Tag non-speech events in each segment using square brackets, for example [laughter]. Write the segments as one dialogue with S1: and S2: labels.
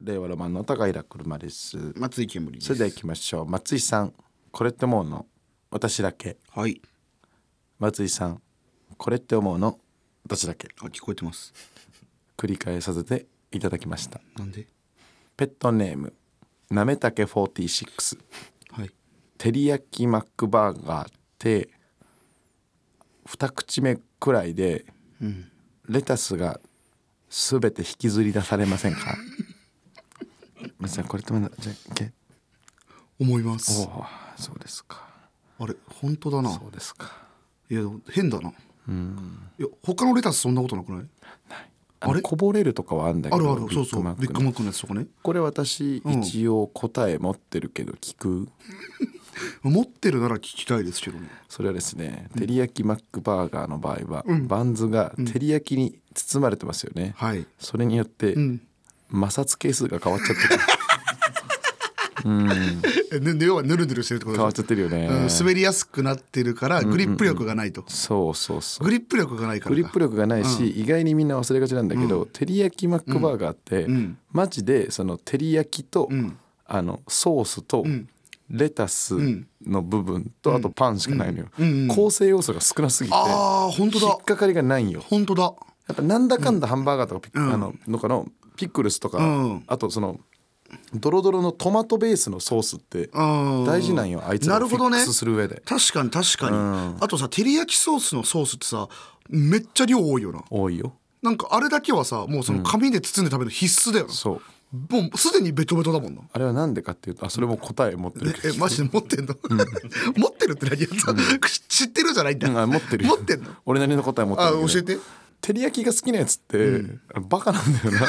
S1: 令和ロマンの高平車です
S2: 松井煙です
S1: それでは行きましょう松井さんこれって思うの私だけ
S2: はい
S1: 松井さんこれって思うの私だけ
S2: あ聞こえてます
S1: 繰り返させていただきました
S2: なんで
S1: ペットネームなめたけ46
S2: はい
S1: 照り焼きマックバーガーって二口目くらいで
S2: うん
S1: レタスが全て引きずり出されませんか松井さんこれって思うのじゃあいけ
S2: 思いま
S1: お
S2: す
S1: おそうですか
S2: あれ本当だな
S1: そうですか
S2: いや変だなうんいや他のレタスそんなことなくない
S1: あれこぼれるとかはあんだけ
S2: あ
S1: ど
S2: るあるそうそ
S1: ビッ
S2: う
S1: グマック
S2: ビッグマックのやつとかね
S1: これ私
S2: うん
S1: 一応答え持ってるけど聞く、
S2: 持ってるなら聞きたいですけどね
S1: それはですね照り焼きマックバーガーの場合は、バンズが照り焼きに包まれてますよね、
S2: はい
S1: それによって、
S2: ん
S1: 摩擦係数が変わっちゃ
S2: [laughs]
S1: ってる
S2: えねね要はぬるぬるしてるってこ
S1: 変わ
S2: と
S1: っ
S2: で
S1: ち
S2: し
S1: ゃ
S2: ょ
S1: ってるよね、
S2: うん滑りやすくなってるからグリップ力がないと
S1: そうそうそう
S2: グリップ力がないから
S1: グ
S2: か
S1: リップ力がないし、意外にみんな忘れがちなんだけど、照り焼きマックバーガーって、
S2: ん
S1: マジでその照り焼きと、
S2: ん
S1: あのソースと、レタスの部分と、あとパンしかないのよ、構成要素が少なすぎて
S2: あー本当だ
S1: 引っかかりがないよ
S2: 本当だ
S1: やっぱなんだかんだハンバーガーとかピッ、あののかのピックルスとか、
S2: うん
S1: あとそのドロドロのトマトベースのソースって
S2: うん
S1: 大事なんよあいつら
S2: な
S1: フィ
S2: るほど
S1: ッ
S2: ね
S1: クスする上で、
S2: 確かに確かに、あとさ照り焼きソースのソースってさめっちゃ量多いよな
S1: 多いよ
S2: なんかあれだけはさもうその紙で包んで食べるの必須だよな、
S1: そう
S2: もうすでにベトベトだもんな
S1: あれはなんでかっていうとあそれも答え持ってるけど [laughs]
S2: ええマジで持ってんの、 [laughs] 持ってるって何やった、知ってるじゃないんだ、
S1: うんあ持ってるよ
S2: 持ってんの
S1: 俺なりの答え持ってる
S2: あ
S1: んだけど
S2: 教えて
S1: 照り焼きが好きなやつって、あのバカなんだよな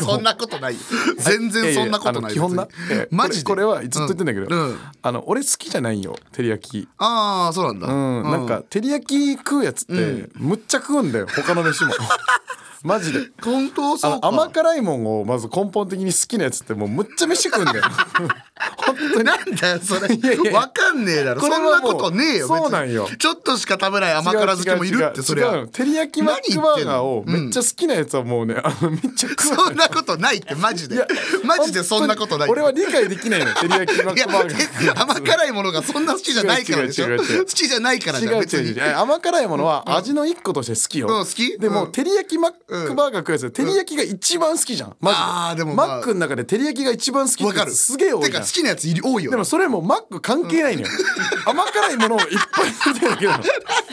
S2: そんなこと
S1: [laughs]
S2: ないよ全然そんなことな
S1: や
S2: い
S1: やあの基本な
S2: 別
S1: い
S2: に
S1: や
S2: マジで
S1: これこれはずっと言ってんだけど、
S2: うんうん
S1: あの俺好きじゃないよ照り焼き
S2: ああそうなんだ、
S1: うん、なんか照り焼き食うやつって、むっちゃ食うんだよ他の
S2: [laughs]
S1: 飯もマジで
S2: 本当
S1: あ
S2: そう
S1: の
S2: か
S1: 甘辛いもんをまず根本的に好きなやつってもうむっちゃ飯食うんだ
S2: [laughs]
S1: よ本当に
S2: なんだよそれ
S1: やいや
S2: わかんねえだろ
S1: こ
S2: そ
S1: れは
S2: ん
S1: もう
S2: なことねえよ別に
S1: そうなんよ
S2: ちょっとしか食べない甘辛漬けもいるってそれ
S1: 違う違う違
S2: は
S1: う照り焼きマックバーガーをめっちゃ好きなやつはもうね、あのめっちゃ食う
S2: そんなことないってマジでマジでそんなことない
S1: 俺は理解できないの照り焼きマ
S2: い
S1: ッ
S2: や
S1: クバーガー
S2: 甘辛いものがそんな好きじゃないからでしょ
S1: 違う違う違う違う
S2: 好きじゃないから
S1: 違
S2: じ
S1: う
S2: ゃん別
S1: 違う
S2: に
S1: 違う甘辛いものは味の一個として好きよ、
S2: うん好き
S1: でも、
S2: うん
S1: 照り焼きマックバーガー食うやつで照り焼きが一番好きじゃんマジで,、
S2: あーでもまあ
S1: マックの中で照り焼きが一番好きっ
S2: わ
S1: て
S2: か
S1: や
S2: る
S1: つすげえ多い
S2: て
S1: じゃ
S2: か
S1: ん
S2: 好きなやついる多いよ
S1: でもそれもマック関係ないのよ甘辛いものをいっぱい食べてるだ
S2: [laughs]
S1: け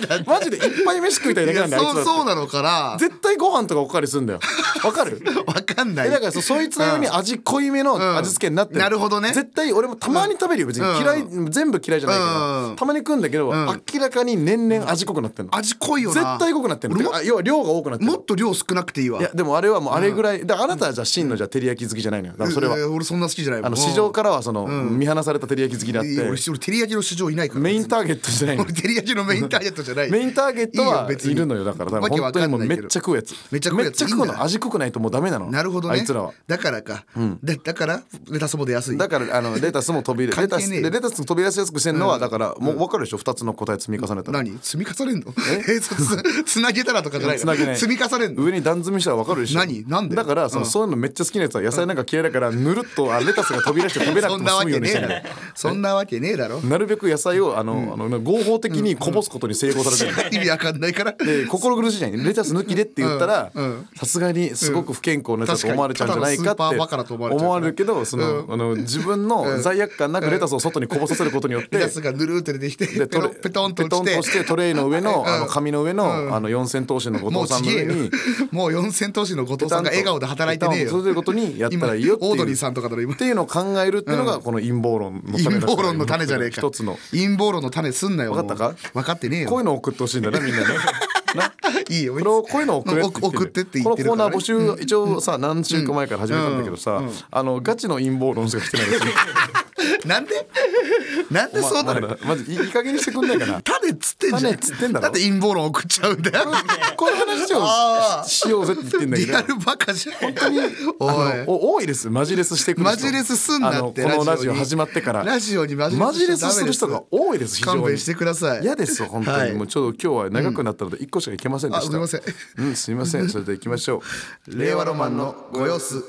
S1: なのマジでいっぱい飯食いたいだ
S2: い
S1: けな
S2: や
S1: んだよあいつだ
S2: そう
S1: って
S2: そうなのから
S1: 絶対ご飯とかおかわりするんだよわかる
S2: わかんな
S1: え
S2: い
S1: だからそそいつのように味濃いめの
S2: ん
S1: 味付けになって
S2: なるほどね
S1: 絶対俺もたまに食べるよ別に嫌い、全部嫌いじゃないけど、
S2: うん
S1: たまに食うんだけど、明らかに年々味濃くなってんの、
S2: 味濃いよな
S1: 絶対濃くなってんの
S2: 俺
S1: て
S2: も
S1: かあ要は量が多くなってる
S2: もっと量少なくていいわ
S1: いやでもあれはもうあれぐらい、だからあなたはじゃあ真のじゃあ照り焼き好きじゃないのよだからそれは、
S2: えー俺そんな好きじゃないもん
S1: あの市場からはその、見放された照り焼き好きであっ
S2: いいよ俺
S1: て
S2: 俺照り焼きの市場いないから
S1: メインターゲットじゃないの
S2: 俺照り焼きのメインターゲットじゃない
S1: メインターゲット
S2: いいよ
S1: は
S2: 別に
S1: いるのよだからだから
S2: わけ
S1: 本
S2: わ
S1: 当
S2: か
S1: に
S2: ん
S1: もう
S2: ない
S1: め
S2: け
S1: っ
S2: ど
S1: ちゃ食うやつ
S2: めっちゃ食うやついいん
S1: めっち
S2: だ
S1: ゃ食うの味濃くないともうダメなの
S2: なるほどね
S1: あいつらは
S2: だからか、だだからレタスも出やすい
S1: だからあのレタスも飛び入れレ
S2: 関
S1: タ
S2: 係
S1: ス
S2: ねえよ
S1: でレタス飛び出しやすくしてんのは、だからもう分かるでしょ2つの答え積み重ねたら
S2: 何積み重ねんの [laughs] えそつつなげたらとかじゃないの
S1: つなげない
S2: 積み重ねんの
S1: 上に段積みしたら分かるでしょ
S2: 何なんで
S1: だからその、そういうのめっちゃ好きなやつは野菜なんか嫌いだからぬるっとあレタスが飛び出して食べなく
S2: [laughs] そ
S1: ても
S2: んな
S1: 済
S2: わ
S1: むよう
S2: け
S1: に
S2: ね
S1: したい
S2: えだ
S1: の
S2: ろそんなわけねえだろ
S1: なるべく野菜をあの、あの合法的にこぼすことに成功されてる、
S2: 意味わかんないから
S1: で心苦しいじゃんレタス抜きでって言ったら
S2: うんうん
S1: さすがにすごく不健康なやつだと思われちゃうんじゃないかっ
S2: 確かにただのスーパーバカだ
S1: て
S2: と思われちゃう
S1: 思われるけどその、あの自分の罪悪感なくレタスを外にこぼさせることによって
S2: レタスがぬるーって出てきて
S1: で
S2: ペ
S1: ト
S2: ロ
S1: レ
S2: ペトンと落ち
S1: ペ
S2: て
S1: トンしてトレイの上のあの紙の上のあの四千頭身の後
S2: もう
S1: 藤さ
S2: ち
S1: んの
S2: げえ
S1: 上
S2: よ
S1: に
S2: もう四千頭身の後藤さんが笑顔で働いてねえ
S1: ペタンを
S2: よ
S1: そういうことにやったらいいよって
S2: 今
S1: いう
S2: オードリーさんとかだろ今
S1: っていうのを考えるっていうのがこの陰謀論の種だ
S2: 陰謀論の種じゃねえか
S1: 一つの
S2: 陰謀論の種すんなよ
S1: わかったか
S2: もう分かってねえよ
S1: こういうのを送ってほしいんだねみんなねな
S2: のいいよ
S1: これをこういうのを送れって言
S2: 送ってって言ってる
S1: こ
S2: か
S1: の
S2: ら
S1: コ
S2: ね
S1: ーナー募集一応さ何週間前から始めたんだけどさあのガチの陰謀論しか来てないですよ
S2: なんで [laughs] なんでそう
S1: ま
S2: なる
S1: だまずいい加減にしてくんないかな
S2: 種っつってんじゃん
S1: 種っつってんだろ
S2: だって陰謀論送っちゃうんだよ
S1: こういう話
S2: あ
S1: を
S2: ー
S1: ししようぜって言ってんだけ
S2: リ
S1: ど
S2: アルバカじゃん本
S1: 本当に
S2: お
S1: あ
S2: い
S1: のお多いですマジレスしてくる人
S2: マジレスすんなって
S1: あのこのラジオ
S2: に
S1: 始まってから
S2: ラジオにマ
S1: マジレス
S2: しち
S1: す
S2: ゃダメ
S1: る
S2: です
S1: 人が多いです非常に
S2: 勘弁してください
S1: 嫌ですよ本当に、
S2: はい
S1: もうちょっと今日は長くなったので一個しかい [laughs] けませんでした、
S2: あすいません [laughs]
S1: うんすいませんそれでは行きましょう
S2: 令和ロマンのご様子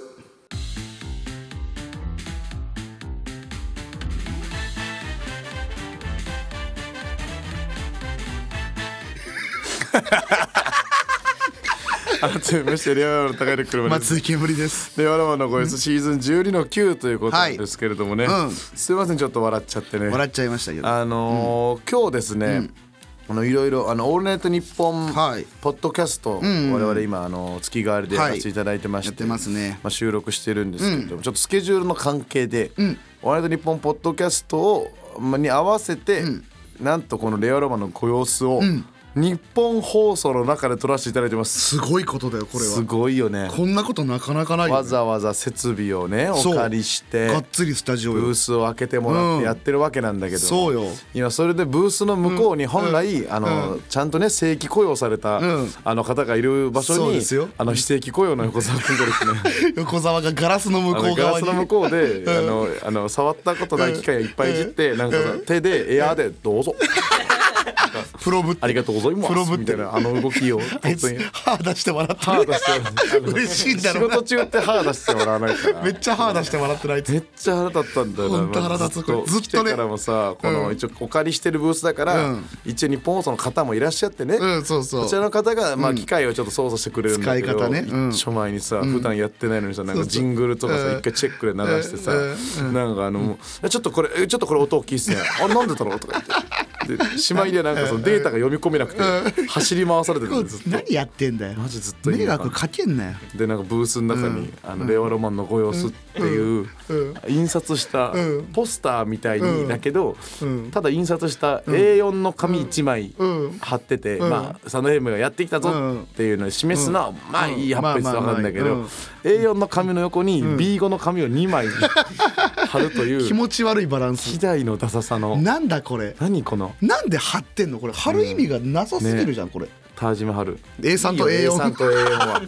S1: 改めましてレアの高い車です
S2: 松井煙です
S1: で、わらわのごイスシーズン12の9ということなんですけれどもね、
S2: はいうん
S1: すいませんちょっと笑っちゃってね
S2: 笑っちゃいましたけど
S1: あのー今日ですね、あのいろいろあのオールナイトニッポン
S2: はい
S1: ポッドキャスト、我々今あの月替わりでや
S2: はい
S1: らせていただいてまして、
S2: やってますね
S1: あ、収録してるんですけれども、ちょっとスケジュールの関係で、オールナイトニッポンポッドキャストをまあに合わせて、なんとこのレオロマンのご様子を、日本放送の中で撮らせていただいてます。
S2: すごいことだよこれ
S1: す
S2: は
S1: ごいよね。
S2: こんなことなかなかないよね
S1: わざわざ設備をねお
S2: そう
S1: 借りして
S2: がっつりスタジオ
S1: ブ
S2: よ
S1: ースを開けてもらっ
S2: うん
S1: てやってるわけなんだけど、
S2: そうよ
S1: 今それでブースの向こうに本来、あのちゃんとね正規雇用された、
S2: うん
S1: あの方がいる場
S2: そ
S1: 所
S2: う
S1: に
S2: ですよ
S1: あの非正規雇用の横澤君がですね
S2: [laughs] 横澤がガラスの向
S1: あ
S2: こ
S1: の
S2: う
S1: ガラ
S2: 側
S1: ス
S2: に
S1: の向こうで、あのあの触ったことない機械をいっぱいいじって、なんかさ手でエアーで「どうぞ」
S2: プロブっ
S1: ありがとうございま
S2: プロ
S1: す
S2: ぶ」って
S1: みたいなあの動きを
S2: あい
S1: 本当
S2: つ
S1: に
S2: 歯出して笑って
S1: 歯
S2: る
S1: 出してあの
S2: 嬉しいんだ
S1: 仕
S2: [laughs] ろうな
S1: 事中って歯出してもらわないから
S2: めっちゃ歯出して笑ってるあいつ
S1: めっちゃ腹立ったんだよな
S2: ほんと腹立つこれずっとね
S1: 来てからもさこの一応お借りしてるブースだから、
S2: うん
S1: 一応日本放送の方もいらっしゃってね、
S2: うんそうそう
S1: こちらの方がまあ機械をちょっと操作してくれるんだけど、
S2: 使い方ねうん
S1: 一緒前にさ、普段やってないのにさなんかジングルとか
S2: う
S1: さ
S2: ん
S1: 一回チェックで流してさ、
S2: う
S1: なんかあのもうえちょっとこれえちょっとこれ音大きいっすねあれなんでだろうとか言ってでしまいでなんかそのデータが読み込めなくて走り回されてるんですずっと
S2: 何やってんだよ
S1: マジずっと意味
S2: 迷
S1: わかんな
S2: 惑
S1: い
S2: かけんなよ
S1: でなんかブースの中に「あの令和ロマンのご様子」っていう印刷した
S2: うん
S1: ポスターみたいにだけど
S2: うん
S1: ただ印刷した A4 の紙1枚
S2: うん
S1: 貼ってて
S2: ん
S1: まあ佐野 M がやってきたぞっていうのを示すのはまあいい
S2: うん
S1: 発表してわかるんだけ
S2: まあ
S1: ど
S2: まあま
S1: A4 の紙の横に B5 の紙を2枚
S2: [laughs]
S1: 貼るとい
S2: 気
S1: う
S2: 持ち悪いバランス
S1: 希代のダサさの
S2: なんだこれ
S1: 何この
S2: なんで貼ってんのこれ貼る意味がなさすぎるじゃんこれ
S1: タージムハル
S2: A3 と A4
S1: A3 と A4
S2: [laughs]
S1: は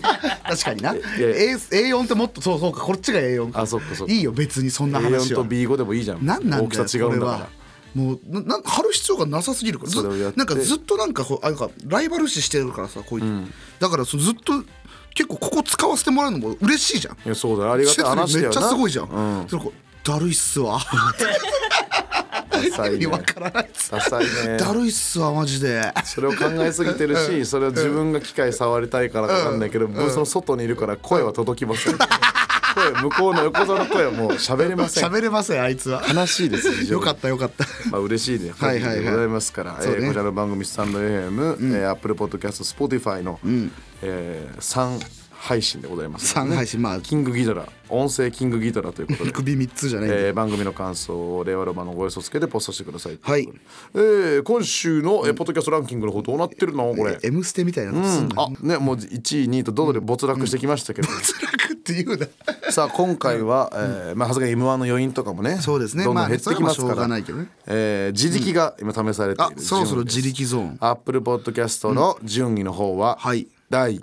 S2: 確かにな
S1: [laughs]
S2: A-
S1: いや
S2: A4 ってもっとそうそうかこっちが A4 か
S1: あそっかそっか
S2: いいよ別にそんな話
S1: A4 と
S2: は
S1: B5 でもいいじゃん
S2: なんなん
S1: 大
S2: だ
S1: き
S2: よ
S1: さ違う
S2: こ
S1: ん
S2: れ
S1: だから
S2: は。もうなな貼る必要がなさすぎるからず
S1: それをやって
S2: なんかずっとなんかこうあなんかライバル視してるからさこういう、だからそうずっと結構ここ使わせてもらうのも嬉しいじゃん
S1: いやそうだよありがたい話だ
S2: め
S1: よ
S2: っ
S1: な
S2: ちゃすごいじゃん、
S1: うん
S2: それこうだるいっすわ
S1: ダサ
S2: 意 [laughs]
S1: い
S2: 味
S1: ね
S2: わからないっす
S1: ダサいね
S2: だるいっすわマジで
S1: それを考えすぎてるしそれは自分が機械触りたいからかなんだけどブースの外にいるから声は届きません声向こうの横座の声はもう喋れません
S2: 喋れませんあいつは
S1: 悲しいです非常に
S2: よかったよかった
S1: まあ嬉しいね、
S2: はいはいはい
S1: でございますから、え
S2: そうね
S1: ーこちらの番組スタンド FM、えー、Apple Podcast、Spotify の、えー、3配信でございます、
S2: 3配信まあ
S1: キングギドラ、音声キングギドラということで、
S2: 首3つじゃないんだ
S1: えー番組の感想を令和ロマンのご予想つけてポストしてください
S2: はい
S1: えー今週の、えーポッドキャストランキングの方どうなってるのこれ
S2: 「M ステ」みたいなのすんな
S1: あねもう1位2位とどんどん没落してきましたけど、
S2: 辛くって言うな
S1: さあ今回は、えーまあ、はずが m 1の余韻とかもね
S2: そうですね
S1: どんど
S2: ま
S1: ん
S2: あ
S1: 減ってきます
S2: それ
S1: か
S2: はまあしょうが
S1: ら、
S2: ないけどね
S1: えー自力が今試されてい
S2: あ
S1: る、
S2: そろそろ自力ゾーン
S1: アップルポッドキャストの順位の方は、
S2: はい
S1: 第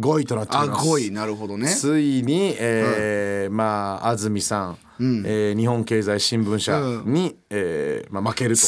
S1: 5位となってお
S2: あ
S1: ります
S2: 5位なるほどね
S1: ついに、えーまあ安住さん、えー日本経済新聞社に、えーまあ、負けると。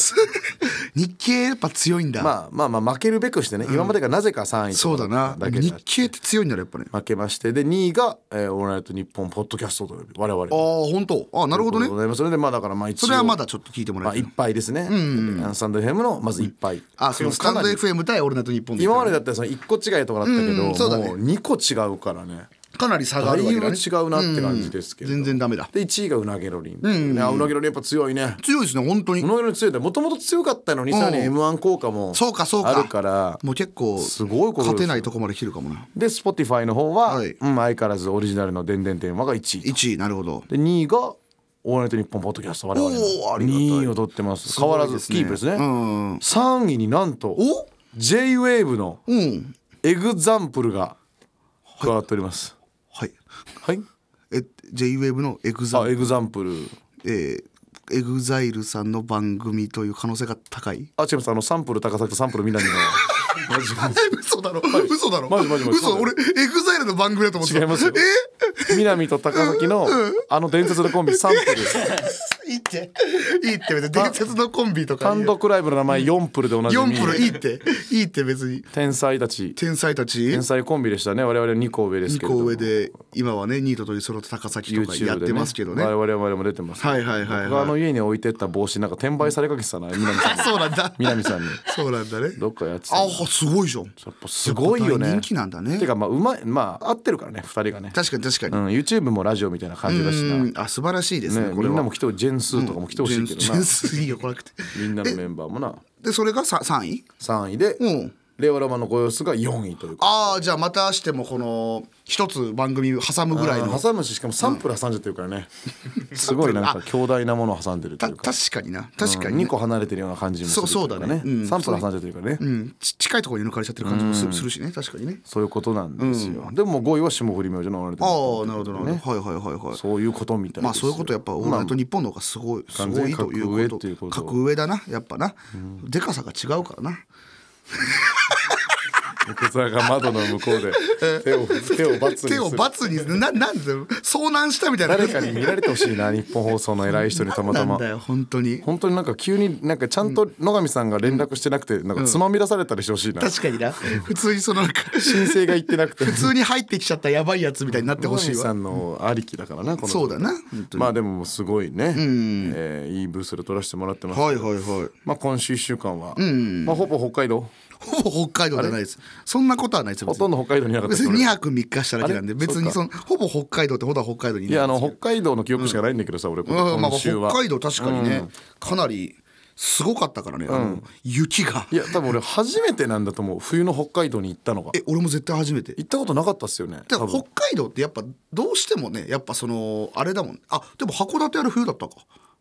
S2: 日経やっぱ強いんだ、
S1: まあまあまあ負けるべくしてね、今までがなぜか3位
S2: そう
S1: とか
S2: だな
S1: だけ
S2: 日
S1: だ
S2: 経って強いんだねやっぱねあ
S1: 負けましてで2位が、えーオールナイト日本ポッドキャストという我々
S2: あ
S1: な
S2: ー本当あなるほどね
S1: ございますそれでまあだからまあ一応
S2: それはまだちょっと聞いても
S1: ま
S2: ら
S1: あ
S2: え
S1: いっ
S2: る
S1: ぱいですね、アンサンド FM のまずいっぱい、
S2: あそのスタンド
S1: かなり
S2: FM 対「オールナイトニッポン」で
S1: 今までだったらその1個違いとかだったけど、
S2: うんそうだね
S1: もう2個違うからね
S2: かなり差が
S1: だ
S2: あ
S1: い
S2: るわけ
S1: ぶ違
S2: だね
S1: うなって感じですけど、
S2: 全然ダメだ
S1: で1位がうなげろりん、ねあうなげろりんやっぱ強いね
S2: 強いですね本当
S1: う
S2: に
S1: なげろりん強いんだもともと強かったのにさらに
S2: うん
S1: m 1効果も
S2: そうかそうか
S1: あるから
S2: もう結構
S1: すごいことですよ
S2: 勝てないとこまで来てるかもな
S1: で Spotify の方は、
S2: はい
S1: うん、相変わらずオリジナルの「でんでん電話」が1位と
S2: 1位なるほど
S1: で2位が「オールナイトニッポン」ポッドキャスト我々
S2: おー
S1: の
S2: ありが
S1: 2
S2: たい
S1: 位を取ってます変わらずキープですね、
S2: うんうん
S1: 3位になんと
S2: お
S1: JWAVE の
S2: うん
S1: 「エグザンプル」が加わっております
S2: はい
S1: はい、
S2: え JWAVE のエグザ
S1: あエグザンプル
S2: えー、エグザイルさんの番組という可能性が高い
S1: あ違いますあのサンプル高崎とサンプル
S2: [laughs]
S1: 南のマジマジ
S2: 嘘だろ、嘘だろ
S1: マジマジマジ
S2: 嘘俺エグザイルの番組だと思ってた
S1: 違いますよ南と高崎のあの伝説のコンビサンプル
S2: えいいっていいって別に伝説のコンビとか
S1: 単独ライブの名前4プルでおなじ
S2: 4
S1: み
S2: プロいいっていいって別に
S1: 天才たち
S2: 天才たち
S1: 天才コンビでしたね我々は2個上です
S2: 二
S1: けれど
S2: 個
S1: も
S2: 上で今はねニートというソロと高崎とか
S1: YouTube で、ね、
S2: やってますけどね
S1: 我々も出てます
S2: はいはいはいはい
S1: 僕があの家に置いてった帽子なんか転売されかけてたな南さん
S2: あ [laughs]
S1: に
S2: そうなんだ
S1: 南さんに
S2: そうなんだね
S1: どっかやってた
S2: あ
S1: なや
S2: すごいじゃん
S1: っぱすごいよね
S2: 人気なんだね
S1: てかまあうまいまあ合ってるからね2人がね、
S2: 確かに確かに
S1: うん、YouTube もラジオみたいな感じだしな、
S2: うんあ素晴らしいですね
S1: ね、
S2: こ
S1: み
S2: れ
S1: んな
S2: は
S1: も来てほジェンスーとかも来てほしいけどな、
S2: 純粋よ来なくて
S1: みんなのメンバーもな
S2: でそれがさ3位
S1: 3位で、
S2: うん
S1: 令和ロマンのご様子が4位というか
S2: ああじゃあまたしてもこの一つ番組挟むぐらいの
S1: 挟むししかもサンプル挟んじゃってるからね、すごいなんか強大なものを挟んでるとい
S2: た
S1: う
S2: 確
S1: か
S2: かにな確かに、
S1: 2個離れてるような感じもするとい
S2: そうそうだね
S1: か
S2: うん
S1: サンプル挟んじゃってるからね、
S2: うん、ち近いところに抜かれちゃってる感じもす,、るしね確かにね
S1: そういうことなんですよ、でも5位は霜降り明星のオールナイト
S2: あ
S1: ニッポ
S2: あ
S1: ン
S2: なるほどなるほど、はいはいはいはい
S1: そういうことみたいです
S2: まあそういうことやっぱオールナイト日本の方がすごい、すごいという
S1: 完全に
S2: こと
S1: 格上っていうこと
S2: 格上だなやっぱな、でかさが違うからな
S1: [laughs] こちらが窓の向こうで手
S2: [laughs]
S1: を手をバツにする
S2: 手をバツにななんで遭難したみたいな
S1: 誰かに見られてほしいな日本放送の偉い人にたまた
S2: なん
S1: ま
S2: だよ本当に
S1: 本当になんか急になんかちゃんと野上さんが連絡してなくてなんかつまみ出されたりしてほしいな、
S2: 確かにな普通にそのなんか
S1: 申請が行ってな
S2: [laughs]
S1: くて
S2: 普通に入ってきちゃったやばいやつみたいになってほし
S1: 野
S2: い
S1: 上
S2: わ
S1: さんのありきだからなこの
S2: そうだな本当に
S1: まあでもすごいね、えーいいブースで撮らせてもらってます、
S2: はいはいはい
S1: まあ今週1週間は、まあ、ほぼ北海道
S2: ほぼ北海道じゃないですそんなことはないですよ
S1: ほとんど北海道にいなかったです
S2: 別に
S1: 俺
S2: 2泊3日しただけなんで
S1: あれ
S2: 別にそのほぼ北海道ってほどは北海道にい
S1: いや
S2: ない
S1: あの北海道の記憶しかないんだけどさ、俺こ
S2: うんま
S1: の
S2: あ
S1: 今週は、
S2: 北海道確かにね、かなりすごかったからね、あの雪が
S1: いや多分俺初めてなんだと思う冬の北海道に行ったのが
S2: え俺も絶対初めて
S1: 行ったことなかったっすよね
S2: だか
S1: 多
S2: ら北
S1: 分
S2: 海道ってやっぱどうしてもねやっぱそのあれだもんあでも函館あれ冬だったか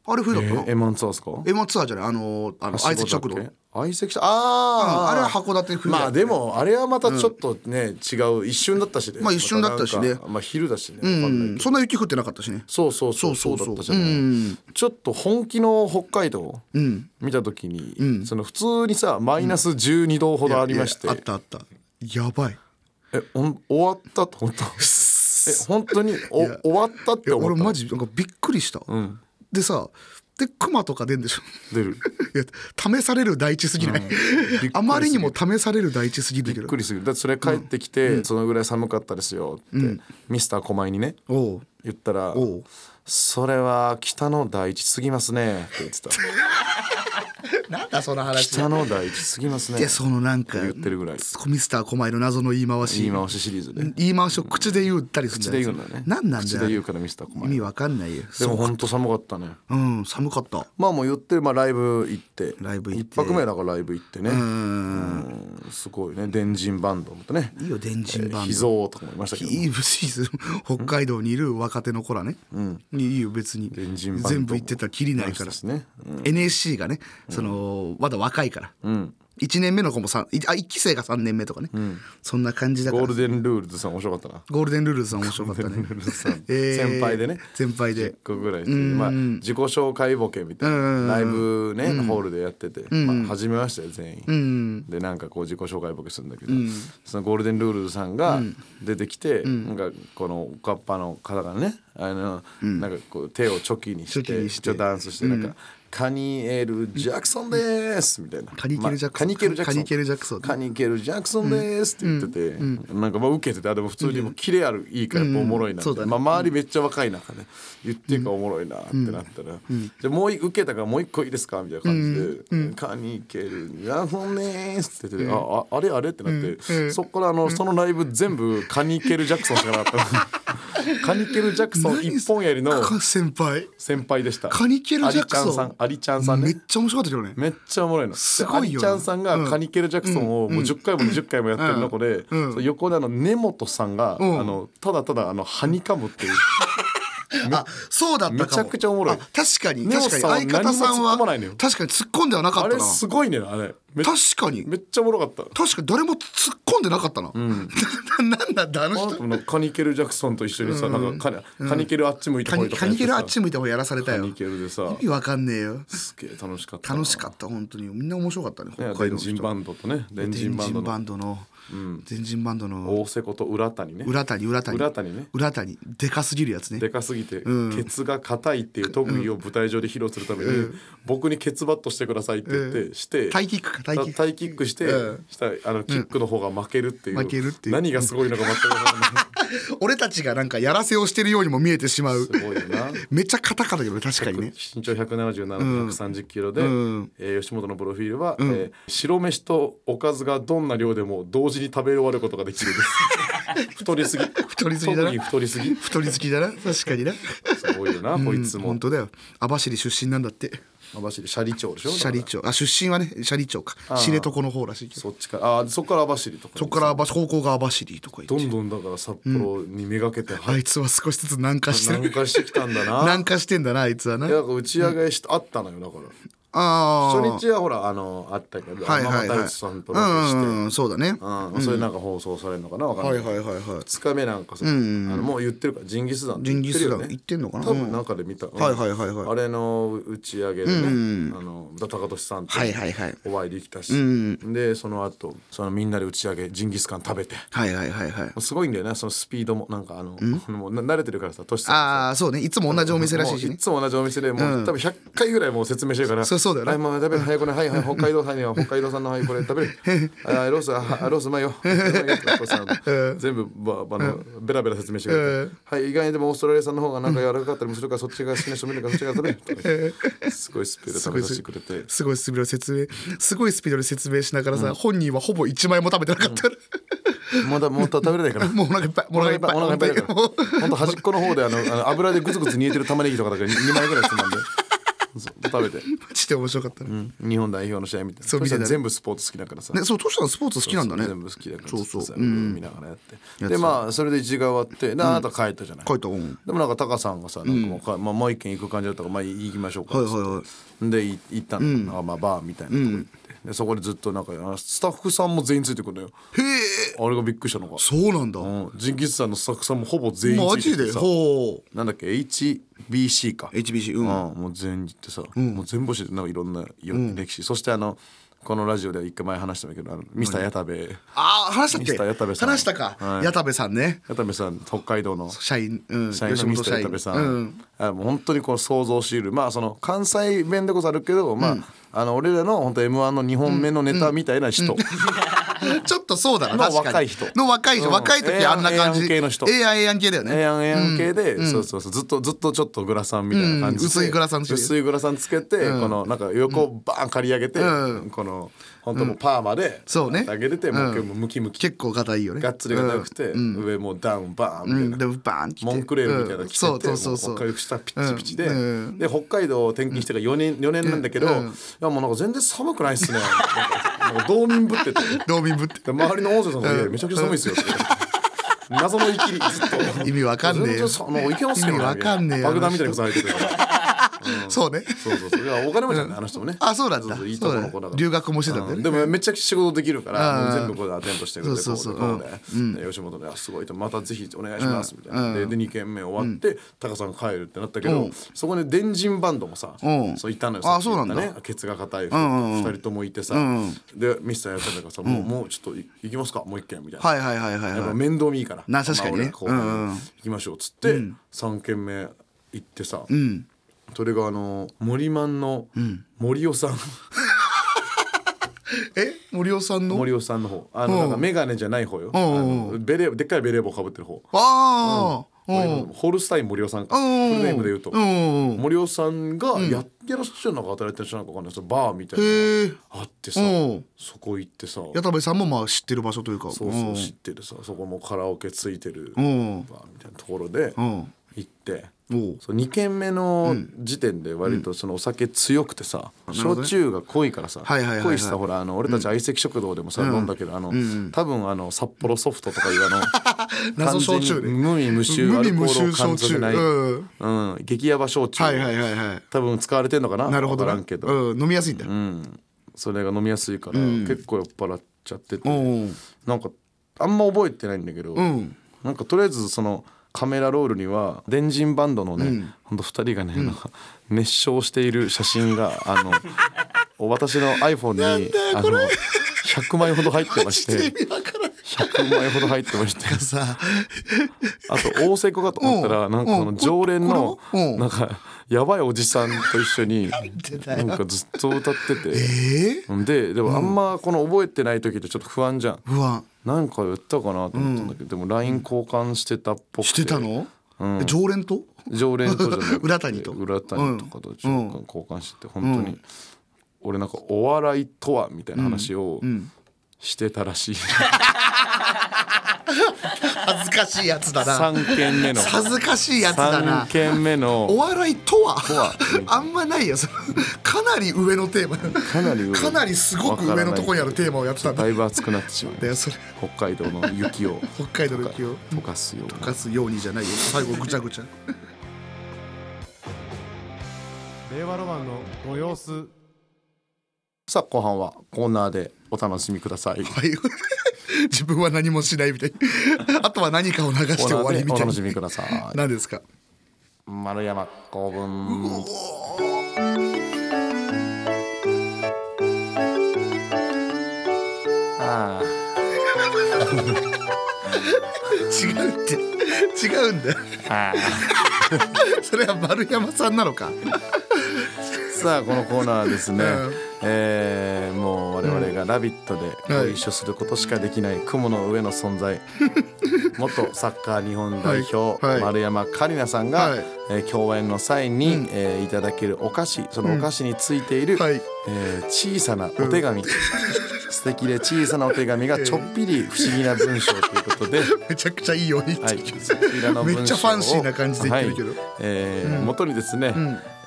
S2: あれ冬だったな
S1: えエマンツアーっすか
S2: エマツアーじゃないあのあの相席食堂
S1: 相席食堂
S2: あ
S1: あー
S2: あれは函館冬だ
S1: まあでもあれはまたちょっとね、違う一瞬だったしね
S2: まあ一瞬だったし
S1: またな
S2: ね
S1: んかまあ昼だしね、
S2: う
S1: わかんない
S2: んそんな雪降ってなかったしね
S1: そうそうそう
S2: そ
S1: そうう
S2: そ
S1: だ
S2: うそう
S1: ったじゃない、ちょっと本気の北海道見た時に、その普通にさマイナス12度ほどありまして、
S2: いやあったあったやばい
S1: えほん終わったと本当え本当にお終わったっ
S2: い
S1: て
S2: や
S1: 思
S2: 俺
S1: った
S2: マジなんかびっくりした、でさで熊とか出んでしょ [laughs]
S1: 出る
S2: いや試される大地すぎない、
S1: ぎる
S2: あまりにも試される大地すぎるけ
S1: びっ
S2: ど
S1: くりするだってそれ帰ってきて、そのぐらい寒かったですよって、ミスター狛江にね
S2: おう
S1: 言ったら
S2: おう
S1: 「それは北の大地すぎますね」って言
S2: [laughs]
S1: ってた「
S2: なんだその話
S1: 北の大地すぎますね」
S2: いやそのなんか
S1: 言ってるぐらい
S2: ミスター狛江の謎の言い回
S1: 言い
S2: し
S1: 回しシリーズで
S2: 言い回しを口で言ったりするん
S1: 口
S2: じゃ
S1: で
S2: ない
S1: 言うんだね
S2: 何なんだ
S1: 口
S2: よ
S1: で言うからミスター狛
S2: 意
S1: 江
S2: 味わかんないよ
S1: でもほんと寒かったね
S2: うん寒かった
S1: まあもう言ってる、まあ、ライブ行って
S2: ライブ行って
S1: 一泊目だからライブ行ってね
S2: うん
S1: うんすごいね電人バンドもとね
S2: いいよ電
S1: え
S2: 人
S1: ー
S2: バン
S1: 秘
S2: ド
S1: 蔵とかもいましたけど
S2: いいブシーズ北海道にいる若手の子らね、いいよ別に
S1: 電人バンドも
S2: 全部言ってたらきりないから
S1: ですね、うん
S2: NSC がねその、まだ若いから、一1年目の子もさんいあ1期生が3年目とかね、そんな感じだか
S1: ゴ
S2: ら
S1: ールデンルールズさん面白かったな
S2: ゴールデンルールズさん面白かったね
S1: ルールズさん
S2: [laughs] えー
S1: 先輩でね
S2: 先輩で
S1: 10個ぐらいしてまあ、自己紹介ボケみたいなライブね、ホールでやってて、まあ、初めましたよ全員、でなんかこう自己紹介ボケするんだけど、そのゴールデンルールズさんが出てきて、なんかこのおかっぱの方がねあの、なんかこう手をチョキにして
S2: チョキにして
S1: ちょっとダンスしてなんか、カニエル・ジャクソンですみたいな
S2: カニケルジャクソン
S1: まあカニケル・ジャクソン
S2: カニケルジャクソン
S1: カニケル・ジャクソンですって言ってて、なんかまあ受けててあでも普通にもうキレあるいいからやっぱおもろいなって、
S2: そうだね
S1: まあ、周りめっちゃ若い中ね言ってるからおもろいなってなったら、じゃあもうい受けたからもう一個いいですかみたいな感じで「カニケル・ジャクソンです」って言ってて、あああれあれってなって、そこからあのそのライブ全部カニケル・ジャクソンしかなかった。カニケル・ジャクソン一本やりの
S2: か先輩
S1: 先輩でした。
S2: カニケルジャクソン
S1: アリちゃんさん、アリちゃんさんね
S2: めっ。ちゃ面白かったけどね
S1: めっちゃおもろいの。
S2: すごいよ
S1: でアリちゃんさんがカニケル・ジャクソンをもう10回も20回もやってる中で、その横であの根本さんが、あのただただあのはにかむっていう。
S2: [laughs] あそうだったかも
S1: めちゃくちゃおもろい
S2: あ確かに
S1: 根本
S2: 確
S1: さん
S2: か
S1: は
S2: に相方さん
S1: 何も突っ
S2: は
S1: 込まないのよ
S2: 確かに突っ込んではなかっ
S1: あ
S2: た
S1: れ
S2: な
S1: すごいねあれ。めっ
S2: 確かに
S1: めっちゃおもろかった。
S2: 確かに誰も突っ込んでなかったな、 [laughs] ななんなんだあの
S1: あ
S2: 人
S1: なたもなんかカニケル・ジャクソンと一緒にさ、なんかカニカニケルあっち向いて
S2: カ
S1: ほい
S2: ニ
S1: と
S2: カ
S1: か
S2: ニケルあっ
S1: 向い
S2: ち向いた方やらされた
S1: カ
S2: よ
S1: ニケルでさ
S2: 意、味わかんねえよ
S1: すげえ楽しかったな。
S2: 楽しかった本当にみんな面白かったね
S1: ね
S2: 北海道の
S1: 電人
S2: 人
S1: バンドとね、電
S2: 電
S1: 人バンド
S2: 人
S1: の
S2: バンドの前人バンドの
S1: 大瀬こと浦谷ね
S2: 裏谷裏谷
S1: 裏谷ね
S2: 裏谷でかすぎるやつね
S1: でかすぎて、
S2: うん
S1: ケツが硬いっていう特技を舞台上で披露するために、
S2: うん
S1: 僕にケツバットしてくださいって言って、
S2: う
S1: して
S2: タイキックかタイキック
S1: タイキックして、
S2: うん
S1: したらあのキックの方が負けるっていう,、
S2: 負けるっていう
S1: 何がすごいのか全く分から
S2: [laughs]
S1: な
S2: 俺たちがなんかやらせをしてるようにも見えてしまう
S1: いすごいよな
S2: めっちゃカタカタだけど確かにね
S1: 身長177130キロで、
S2: うん
S1: えー吉本のプロフィールは、えー白飯とおかずがどんな量でも同時に食べ終わることができるです
S2: [laughs]
S1: 太りすぎ
S2: 太りすぎだな
S1: 特に太りすぎ
S2: 太り好きだな確かにな
S1: す [laughs] ごいよな、こいつも
S2: 本当だよ網走出身なんだって
S1: 網走斜里町でしょだから
S2: 斜里町あ出身はね斜里町か知床の方らしいけど
S1: そっちからあーそっから網走とか
S2: そっから網走高校が網走とか言
S1: ど
S2: って
S1: んどんだから札幌にめがけて
S2: あいつは少しずつ南下して
S1: 南
S2: る
S1: 下してきたんだな
S2: [laughs] 南下してんだなあいつはない
S1: やなんか打ち上げし、あったのよだから
S2: ああ
S1: 初日はほらあのあったけど、
S2: はいはい
S1: ママ
S2: は
S1: タ
S2: い
S1: ルトさんとロケして、
S2: うんうんそうだねは
S1: うんそれなんか放送されるのかなわかんないい、
S2: はいはいはい
S1: 2日目なんかさ、あのもう言ってるからジンギスダンって
S2: ジンギスダン
S1: 言っ
S2: 行ってて
S1: る
S2: ん
S1: よ
S2: の
S1: ね
S2: かな
S1: 多分なんかで見た、うん
S2: はいはいはいはい
S1: あれの打ち上げでね、あの宇田高俊さんと
S2: はいはいはい
S1: お会いできたし、でその後そのみんなで打ち上げジンギスカン食べて
S2: はいはいはいはい
S1: すごいんだよねそのスピードもなんかあの、もうな慣れてるからさ俊さん
S2: ああそうねいつも同じお店らしいし
S1: もう
S2: ね
S1: いつも同じお店でもう、多分100回ぐらいもう説明してるから
S2: そうそうだよね
S1: はいもう食べるはいこれはいはい北海道産に
S2: [laughs]
S1: は北海道産のはいこれ食べるあーロースあロースうまいようまいよとかさ全部ばばのベラベラ説明してくれてはい意外にでもオーストラリア産の方がなんか柔らかかったりもするからそっちが好きな人もいるからそっちが食べるとか言ってすごいスピードで [laughs] 食べさせてく
S2: [laughs]
S1: れて
S2: すごいスピードで説明すごいスピードで説明しながらさ、本人はほぼ1枚も食べてなかったから、
S1: まだもっと食べれないから
S2: [laughs] もうお腹いっぱい
S1: お腹いっぱいお腹いっぱいだから
S2: もう
S1: ほんと端っこの方であのあの油でグツグツ煮えてる玉ねぎとかだから2枚ぐらいつまんで [laughs] そう食べて
S2: マジで面白かったね、
S1: 日本代表の試合みたいな
S2: そう
S1: トシさん
S2: 見てた
S1: 全部スポーツ好きだからさ
S2: ねそうトシさんスポーツ好きなんだね
S1: 全部好きだから
S2: そうそう
S1: ずっとさ見ながらやってでまあそれで一時が終わってであなた帰ったじゃない
S2: 書いたうん
S1: でもなんかタカさんがさなんかもうかまあもう一軒行く感じだったからまあ行きましょうか
S2: はいはいはい
S1: でい行ったのなんかまあバーみたいなとこ行ってでそこでずっとなんかあスタッフさんも全員ついてくるのよ
S2: へえ
S1: あれがびっくりしたのが
S2: そうなんだ、
S1: うんジンギスさんのスタッフさんもほぼ全員
S2: マ
S1: ついて
S2: ジ
S1: きて
S2: で
S1: さ
S2: ほう
S1: なんだっけ HBC か
S2: HBC うん、
S1: うん、もう全員ってさ、もう全部してなんかいろんなよ歴史、そしてあのこのラジオでは一回前話してもいいけどあのミスター矢田部
S2: ああ話したっ
S1: ミスター矢田部
S2: け
S1: さん
S2: 話したか、
S1: はい
S2: 矢田部さんね
S1: 矢田部さん北海道の
S2: 社員、うん、
S1: 社員の
S2: 吉
S1: ミ
S2: 本
S1: スター矢
S2: 社員
S1: 田部さん、
S2: うん、
S1: あもう本当にこう想像しうるまあその関西弁でこそあるけど、まああの俺らの本当 m 1の2本目のネタみたいな人、
S2: ちょっとそうだな
S1: の
S2: 確かに
S1: 若い人
S2: の若い人、
S1: うん
S2: 若い時あんな感じ
S1: ええやんええやん系の人
S2: ええやんええやん系だよね
S1: ええやんええやん系で、そうそうそうずっとずっとちょっとグラサンみたいな感じで、
S2: うん薄いグラサンつけて
S1: 薄いグラサンつけて、このなんか横をバーン刈り上げて、
S2: う
S1: この本当もうパーマで
S2: そうね
S1: 上げてて、もう
S2: うん
S1: ムキムキ
S2: 結構硬いよね
S1: がっつりがなくて、上もうダウンバーンみたいな、
S2: うんでバーンってきて
S1: モンクレールみたいなの着てて、
S2: うんそうそうそう
S1: も
S2: そう
S1: 北海道下ピッチピチで、
S2: うんうん
S1: で北海道転勤してから4年 ,4 年なんだけど、いやもうなんか全然寒くないっすねなんか道民ぶってて
S2: 道民ぶって
S1: で周りの王女さんが「いやめちゃくちゃ寒いっすよ」って謎のいきりずっと
S2: 意味わかんねえ
S1: 全
S2: よ
S1: 然そあのいけますけど
S2: 意味わかんねえよ
S1: 爆弾みたいに押されてるから
S2: そうね
S1: そうそうそういやお金持ちなんだあの人もね
S2: あそうなんだ
S1: いいとこの子だ
S2: そう
S1: か
S2: だ
S1: ら
S2: 留学もしてたんだよね
S1: うでもめっちゃ仕事できるから
S2: あ
S1: も
S2: ー
S1: う全部これアテンドしてくれて
S2: そうそうそう
S1: こでこうでで吉本であ「すごい」と「またぜひお願いします」みたいなでで2軒目終わってタカさんが帰るってなったけ
S2: う
S1: ど
S2: ん
S1: そこで電人バンドもさ
S2: うん
S1: そういたのよ
S2: あ
S1: さっき言った
S2: そうなん
S1: ねケツが硬い2人ともいてさでミスターやったんだからさもうもうちょっとい行きますかもう一軒みたいな
S2: はいはいはいはい
S1: やっぱ
S2: は
S1: 面倒見いいから
S2: な確かにね
S1: まあ俺ら後輩
S2: うんうん
S1: 行きましょうっつって、三3軒目行ってさ、それがあの森マンの森尾さん、
S2: いえ森尾さんの
S1: 森尾さんの方あのなんか眼鏡じゃない方よ、
S2: ん
S1: あのベレーでっかいベレー帽かぶってる方、
S2: ああうんうん
S1: ホルスタイン森尾さんか、
S2: うん
S1: フルネームで言うと、
S2: うん
S1: 森尾さんがやってらっしゃるのか働いてらっしゃるのかわかんないそのバーみたいなの
S2: へえ
S1: があってさ、
S2: うん
S1: そこ行ってさ
S2: 矢田部さんもまあ知ってる場所というか
S1: そうそううん知ってるさそこもカラオケついてるバ
S2: ん
S1: ーみたいなところで行
S2: ん
S1: って。
S2: おう
S1: そう2軒目の時点で割とそのお酒強くてさ、焼酎が濃いからさ、
S2: はいはいはいはい
S1: 濃いしさほらあの俺たち相席食堂でもさ、飲んだけどあの、多分あの札幌ソフトとか
S2: [laughs]
S1: いうあの
S2: 謎焼酎ね
S1: 完全に無味無臭
S2: 無
S1: ア
S2: 味
S1: ルコ
S2: 無
S1: ールを
S2: 臭
S1: 感じ
S2: 焼酎
S1: ない、
S2: うん
S1: うん、激ヤバ焼酎、
S2: はいはいはいはい
S1: 多分使われてんのかな
S2: なるほど
S1: 分
S2: な
S1: からんけど、
S2: うん飲みやすいんだ
S1: うん、それが飲みやすいから、結構酔っ払っちゃってて、
S2: うん
S1: なんかあんま覚えてないんだけど、
S2: ん
S1: なんかとりあえずそのカメラロールには電人バンドのね、ほんと2人がね、なんか熱唱している写真が
S2: [laughs]
S1: あの私の iPhone にあの100枚ほど入ってまし
S2: 意
S1: て
S2: [laughs] 味わからない
S1: 100枚ほど入ってまして
S2: なんかさ
S1: あと大成功かと思ったら
S2: うん
S1: なんかその常連の
S2: うんこれはうん
S1: なんかやばいおじさんと一緒に
S2: てた
S1: な
S2: よ
S1: んかずっと歌ってて
S2: え
S1: ででもあんまこの覚えてない時ってちょっと不安じゃん
S2: ー、不安
S1: なんか言ったかなと思ったんだけどでも LINE 交換してたっぽくて
S2: してたの、
S1: うん
S2: 常連と
S1: 常連とじゃな
S2: [laughs]
S1: くて
S2: 浦谷と
S1: 浦谷とかとちょっと交換してて本当に俺なんかお笑いとはみたいな話をしてたらしい
S2: 恥ずかしいやつだな
S1: 3件
S2: [laughs]
S1: 目の
S2: 恥ずかしいやつだな
S1: 3件目の
S2: お笑いとは
S1: は
S2: [laughs] あんまないよそのかなり上のテーマか
S1: なり上
S2: かなりすごく上のところにあるテーマをやってたんだ
S1: だいぶ熱くなってしまう
S2: だよそれ
S1: 北海道の雪を
S2: 北海道の雪を
S1: 溶かすような
S2: かすようにじゃないよ最後ぐちゃぐちゃ
S3: 令和ロマンのご様子
S1: さあ後半はコーナーでお楽しみください
S2: [laughs]
S1: コ
S2: はい自分は何もしないみたいあとは何かを流して
S1: ー
S2: 終
S1: ナ
S2: わ
S1: ー
S2: り
S1: で
S2: み
S1: お
S2: たい
S1: 楽
S2: な
S1: しみください
S2: 何ですか
S1: 丸山公文ああ
S2: 違うって違うんだよ
S1: ああ
S2: [laughs] それは丸山さんなのか
S1: さあこのコーナーはですね、
S2: うん
S1: えーもう我々が「ラビット!」でご一緒することしかできない雲の上の存
S2: [laughs]
S1: 在、元サッカー日本代表、
S2: はいはい
S1: 丸山桂里奈さんが、
S2: はい
S1: えー共演の際に、えーいただけるお菓子そのお菓子についている、
S2: はい
S1: えー小さなお手紙、素敵で小さなお手紙がちょっぴり不思議な文章ということ
S2: [laughs]
S1: で。
S2: めちゃくちゃいいように言っ
S1: は
S2: て
S1: い、
S2: るけど
S1: そちらの文章を
S2: めっちゃファンシーな感じで言ってるけど
S1: えー元にですね、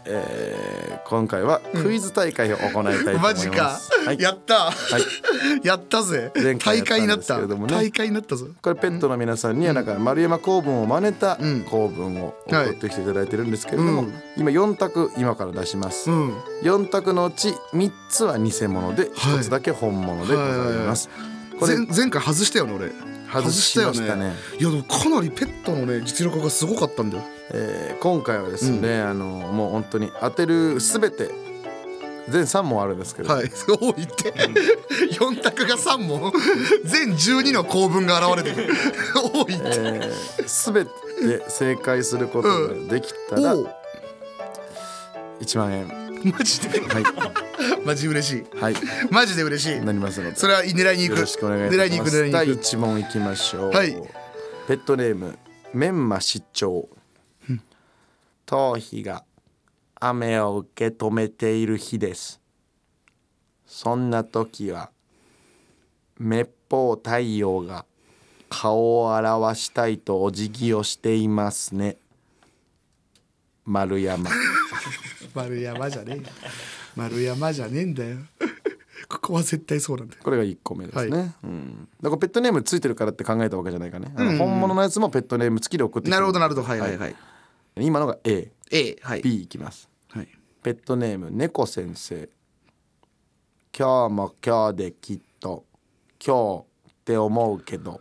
S1: えー今回はクイズ大会を行いたいと思います。
S2: マジか、
S1: はい、
S2: やっ
S1: い
S2: た、[laughs] やったぜ
S1: 前回やっ
S2: 大
S1: た
S2: 会
S1: ん
S2: にな
S1: で
S2: っ
S1: すけ
S2: た、
S1: れどもね
S2: 大会になったぞ
S1: これペットの皆さんにはなんか丸山公文を真似た公文を送ってきていただいてるんですけれども、
S2: うん
S1: 今4択今から出します、
S2: うん
S1: 四4択のうち3つは偽物で1つだけ本物でございます、これ
S2: 前前回外したよね俺
S1: 外しましたね
S2: いやでもかなりペットのね実力がすごかったんだよ
S1: えー今回はですね、あのもう本当に当てるすべて全3問あるんですけれど、
S2: はい [laughs] 多いって4択が3問全12の構文が現れてくる多いっ
S1: え
S2: て、
S1: ーすべて正解することができたら
S2: おう
S1: 1万円、
S2: マジで
S1: は
S2: [laughs] マジ嬉しい
S1: い、はい、
S2: マジで嬉しい
S1: なりますので
S2: それは狙いに行
S1: よ
S2: く
S1: ろしくお願いい
S2: 狙
S1: た
S2: いに
S1: しま
S2: 行く
S1: す
S2: 狙い
S1: 第
S2: に行く
S1: 1問いきましょう、
S2: はい
S1: ペットネームメンマ失調頭皮が雨を受け止めている日ですそんな時は滅法太陽が顔を表したいとお辞儀をしていますね丸山
S2: 丸山じゃねえよ丸山じゃねえんだよここは絶対そうなんだよ
S1: これが1個目ですね、
S2: は
S1: うん、だからペットネームついてるからって考えたわけじゃないからね、あの本物のやつもペットネーム付きで送ってきて
S2: なるほどなるほどはいはいはい
S1: 今のが A
S2: A はい
S1: B いきます
S2: はい
S1: ペットネーム猫先生今日も今日できっと今日って思うけど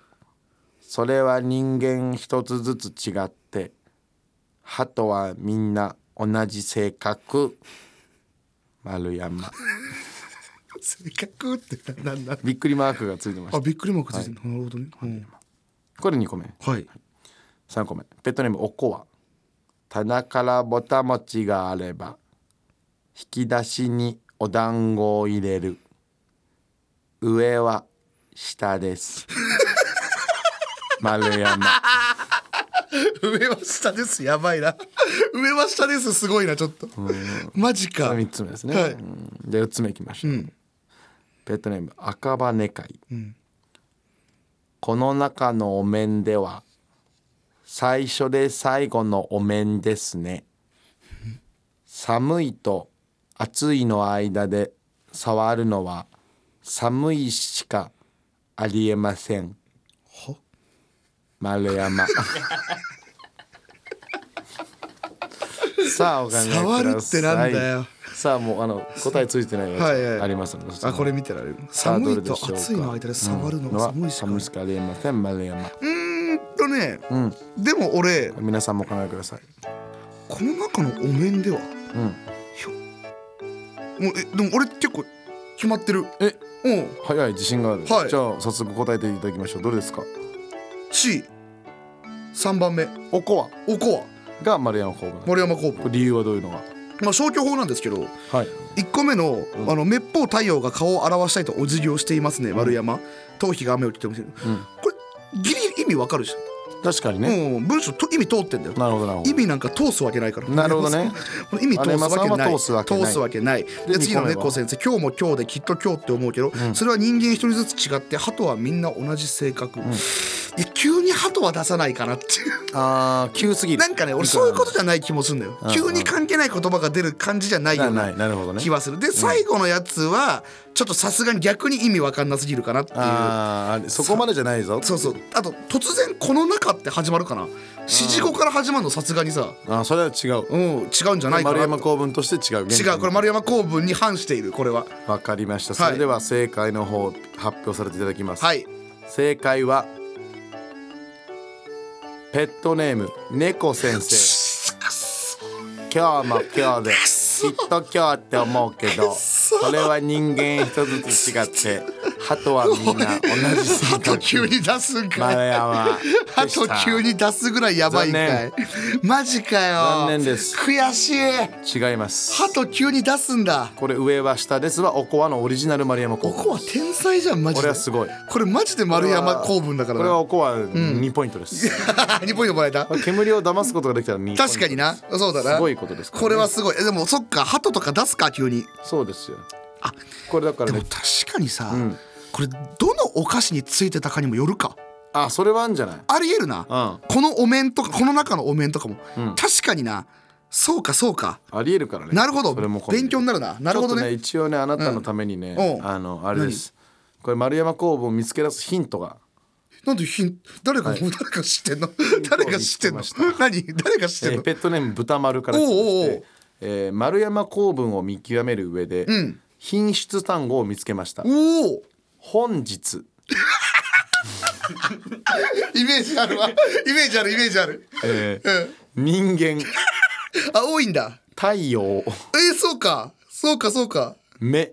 S1: それは人間一つずつ違って鳩はみんな同じ性格丸山
S2: 性格ってなんなんだ
S1: びっくりマークがついてまし
S2: あ
S1: た
S2: びっくりマークついてる、なるほどね、うん
S1: これ2個目
S2: はい
S1: 3個目ペットネームおこわ棚からぼたもちがあれば引き出しにお団子を入れる上は下です丸山
S2: 上は下ですやばい [laughs] な上は下ですすごいなちょっとマジか
S1: 3つ目ですね、
S2: はい
S1: うんじゃあ4つ目いきましょう、ペットネーム赤羽会、この中のお面では最初で最後のお面ですね寒いと暑いの間で触るのは寒いしかありえません丸山さあお考えください
S2: 触るってなんだよ
S1: さあもうあの答えついてないや
S2: はいはい
S1: つありますので、
S2: あこれ見てられる
S1: さあ
S2: 寒
S1: どれ
S2: い
S1: で
S2: と
S1: しょうか
S2: 暑いの間で触るのが
S1: うん
S2: 寒いしか
S1: 寒いしかありえません丸山
S2: うんとね、でも俺
S1: 皆さんもお考えください
S2: この中のお面では、ひょもうえでも俺結構決まってる
S1: え
S2: うん
S1: 早い自信がある、
S2: はい
S1: じゃあ早速答えていただきましょうどれですか
S2: C3 番目
S1: おこわ
S2: おこわ
S1: が丸山工房
S2: 丸山工房
S1: 理由はどういうのが
S2: まあ消去法なんですけど
S1: はい
S2: 1個目の「あの滅法太陽が顔を表したいとお辞儀をしていますね丸山」頭皮が雨を切ってます
S1: ん
S2: これギリギリ意味わかるじ
S1: 確かに
S2: ゃん、
S1: ね、
S2: うん、文章と意味通ってんだよ
S1: なるほどなるほど
S2: 意味なんか通すわけないから
S1: なるほどね
S2: この意味通すわけな
S1: 丸
S2: い
S1: 山さんは通すわけない
S2: 通すわけない
S1: で
S2: で次
S1: 二個
S2: の
S1: 目
S2: 猫
S1: は
S2: 先生今日も今日できっと今日って思うけど、それは人間一人ずつ違って鳩はみんな同じ性格、いや急に鳩は出さないかなっていう
S1: あー急すぎる
S2: なんかね俺そういうことじゃない気もするんだよ
S1: ん
S2: 急に関係ない言葉が出る感じじゃないよ
S1: な
S2: う
S1: な
S2: ない
S1: なるほどね
S2: 気はするで最後のやつはちょっとさすがに逆に意味わかんなすぎるかなっていう
S1: あーあれそこまでじゃないぞ
S2: そうそうあと突然「この中」って始まるかな指示語から始まるのさすがにさ
S1: あーそれは違う
S2: うん違うんじゃないか
S1: 丸
S2: な
S1: 山公文として違う
S2: 違うこれ丸山公文に反しているこれは
S1: わかりました
S2: はい
S1: それでは正解の方発表させていただきます、
S2: はい
S1: 正解はペットネーム猫先生今日も今日できっと今日って思うけどそれは人間一つずつ違って鳩はみんな同じ
S2: [laughs]
S1: 性
S2: あと急
S1: 格
S2: に出すんか
S1: 丸
S2: い
S1: 山
S2: あ
S1: でし
S2: と
S1: た
S2: 急に出すぐらいやばいんかい
S1: 残
S2: マジかよ
S1: 残念です
S2: 悔しい
S1: 違います
S2: ハト急に出すんだ
S1: これ上は下ですはおこわのオリジナル丸山公
S2: こ
S1: 文
S2: こは天才じゃんマジ
S1: 俺
S2: で
S1: はすごい
S2: これマジで丸山公文だから
S1: これは
S2: な
S1: おこわ2ポイントです、
S2: [laughs] 2ポイントもらえた
S1: 煙を騙すことができたら2ポイント
S2: 確かになそうだな
S1: すごいことですからね
S2: これはすごいえでもそっかハトとか出すか急に
S1: そうですよ
S2: あ
S1: これだから
S2: でも
S1: ね
S2: 確かにさ、
S1: ん
S2: これどのお菓子についてたかにもよるか
S1: あそれはあんじゃない
S2: ありえるな、
S1: う
S2: このお面とかこの中のお面とかも、
S1: ん
S2: 確かになそうかそうか
S1: ありえるからね
S2: なるほど
S1: それも込みで
S2: 勉強になるななるほど
S1: ちょっと
S2: ね
S1: 一応ねあなたのためにね、
S2: うんうん
S1: あのあれですこれ丸山工房を見つけ出すヒントが
S2: なんでヒン誰か、誰か知ってんの誰か知ってんの
S1: ヒントを見つけました
S2: 何誰か知
S1: え
S2: ってん
S1: ー
S2: の、
S1: ペットネーム豚丸から来てま
S2: お
S1: し
S2: うおうおう
S1: て、えー丸山公文を見極める上で、
S2: ん
S1: 品質単語を見つけました
S2: おお
S1: 本日
S2: イメージあるわイメージあるイメージある
S1: えー
S2: [laughs] うん
S1: 人間
S2: あ多いんだ
S1: 太陽
S2: えー、そうかそうかそうか
S1: 目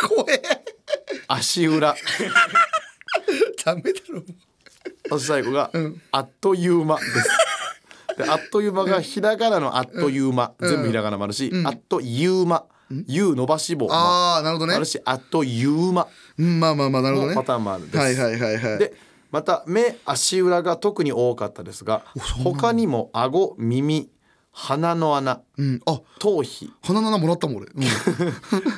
S2: 怖え
S1: 足裏
S2: ダメだろもう
S1: そして最後が、あっという間です。で、あっという間がひらがなのあっという間、全部ひらがなもあるし、あっという間、ゆう伸ばし棒もあ
S2: ああなるほどね
S1: るし、あっという間
S2: うんまあまあまあなるほど
S1: の
S2: ね
S1: パターンもあるんです。
S2: はいはいはいはい
S1: で、また目、足裏が特に多かったですが、他にも顎、耳、鼻の穴、
S2: うん、あ
S1: 頭皮、
S2: 鼻の穴もらったもん俺、うん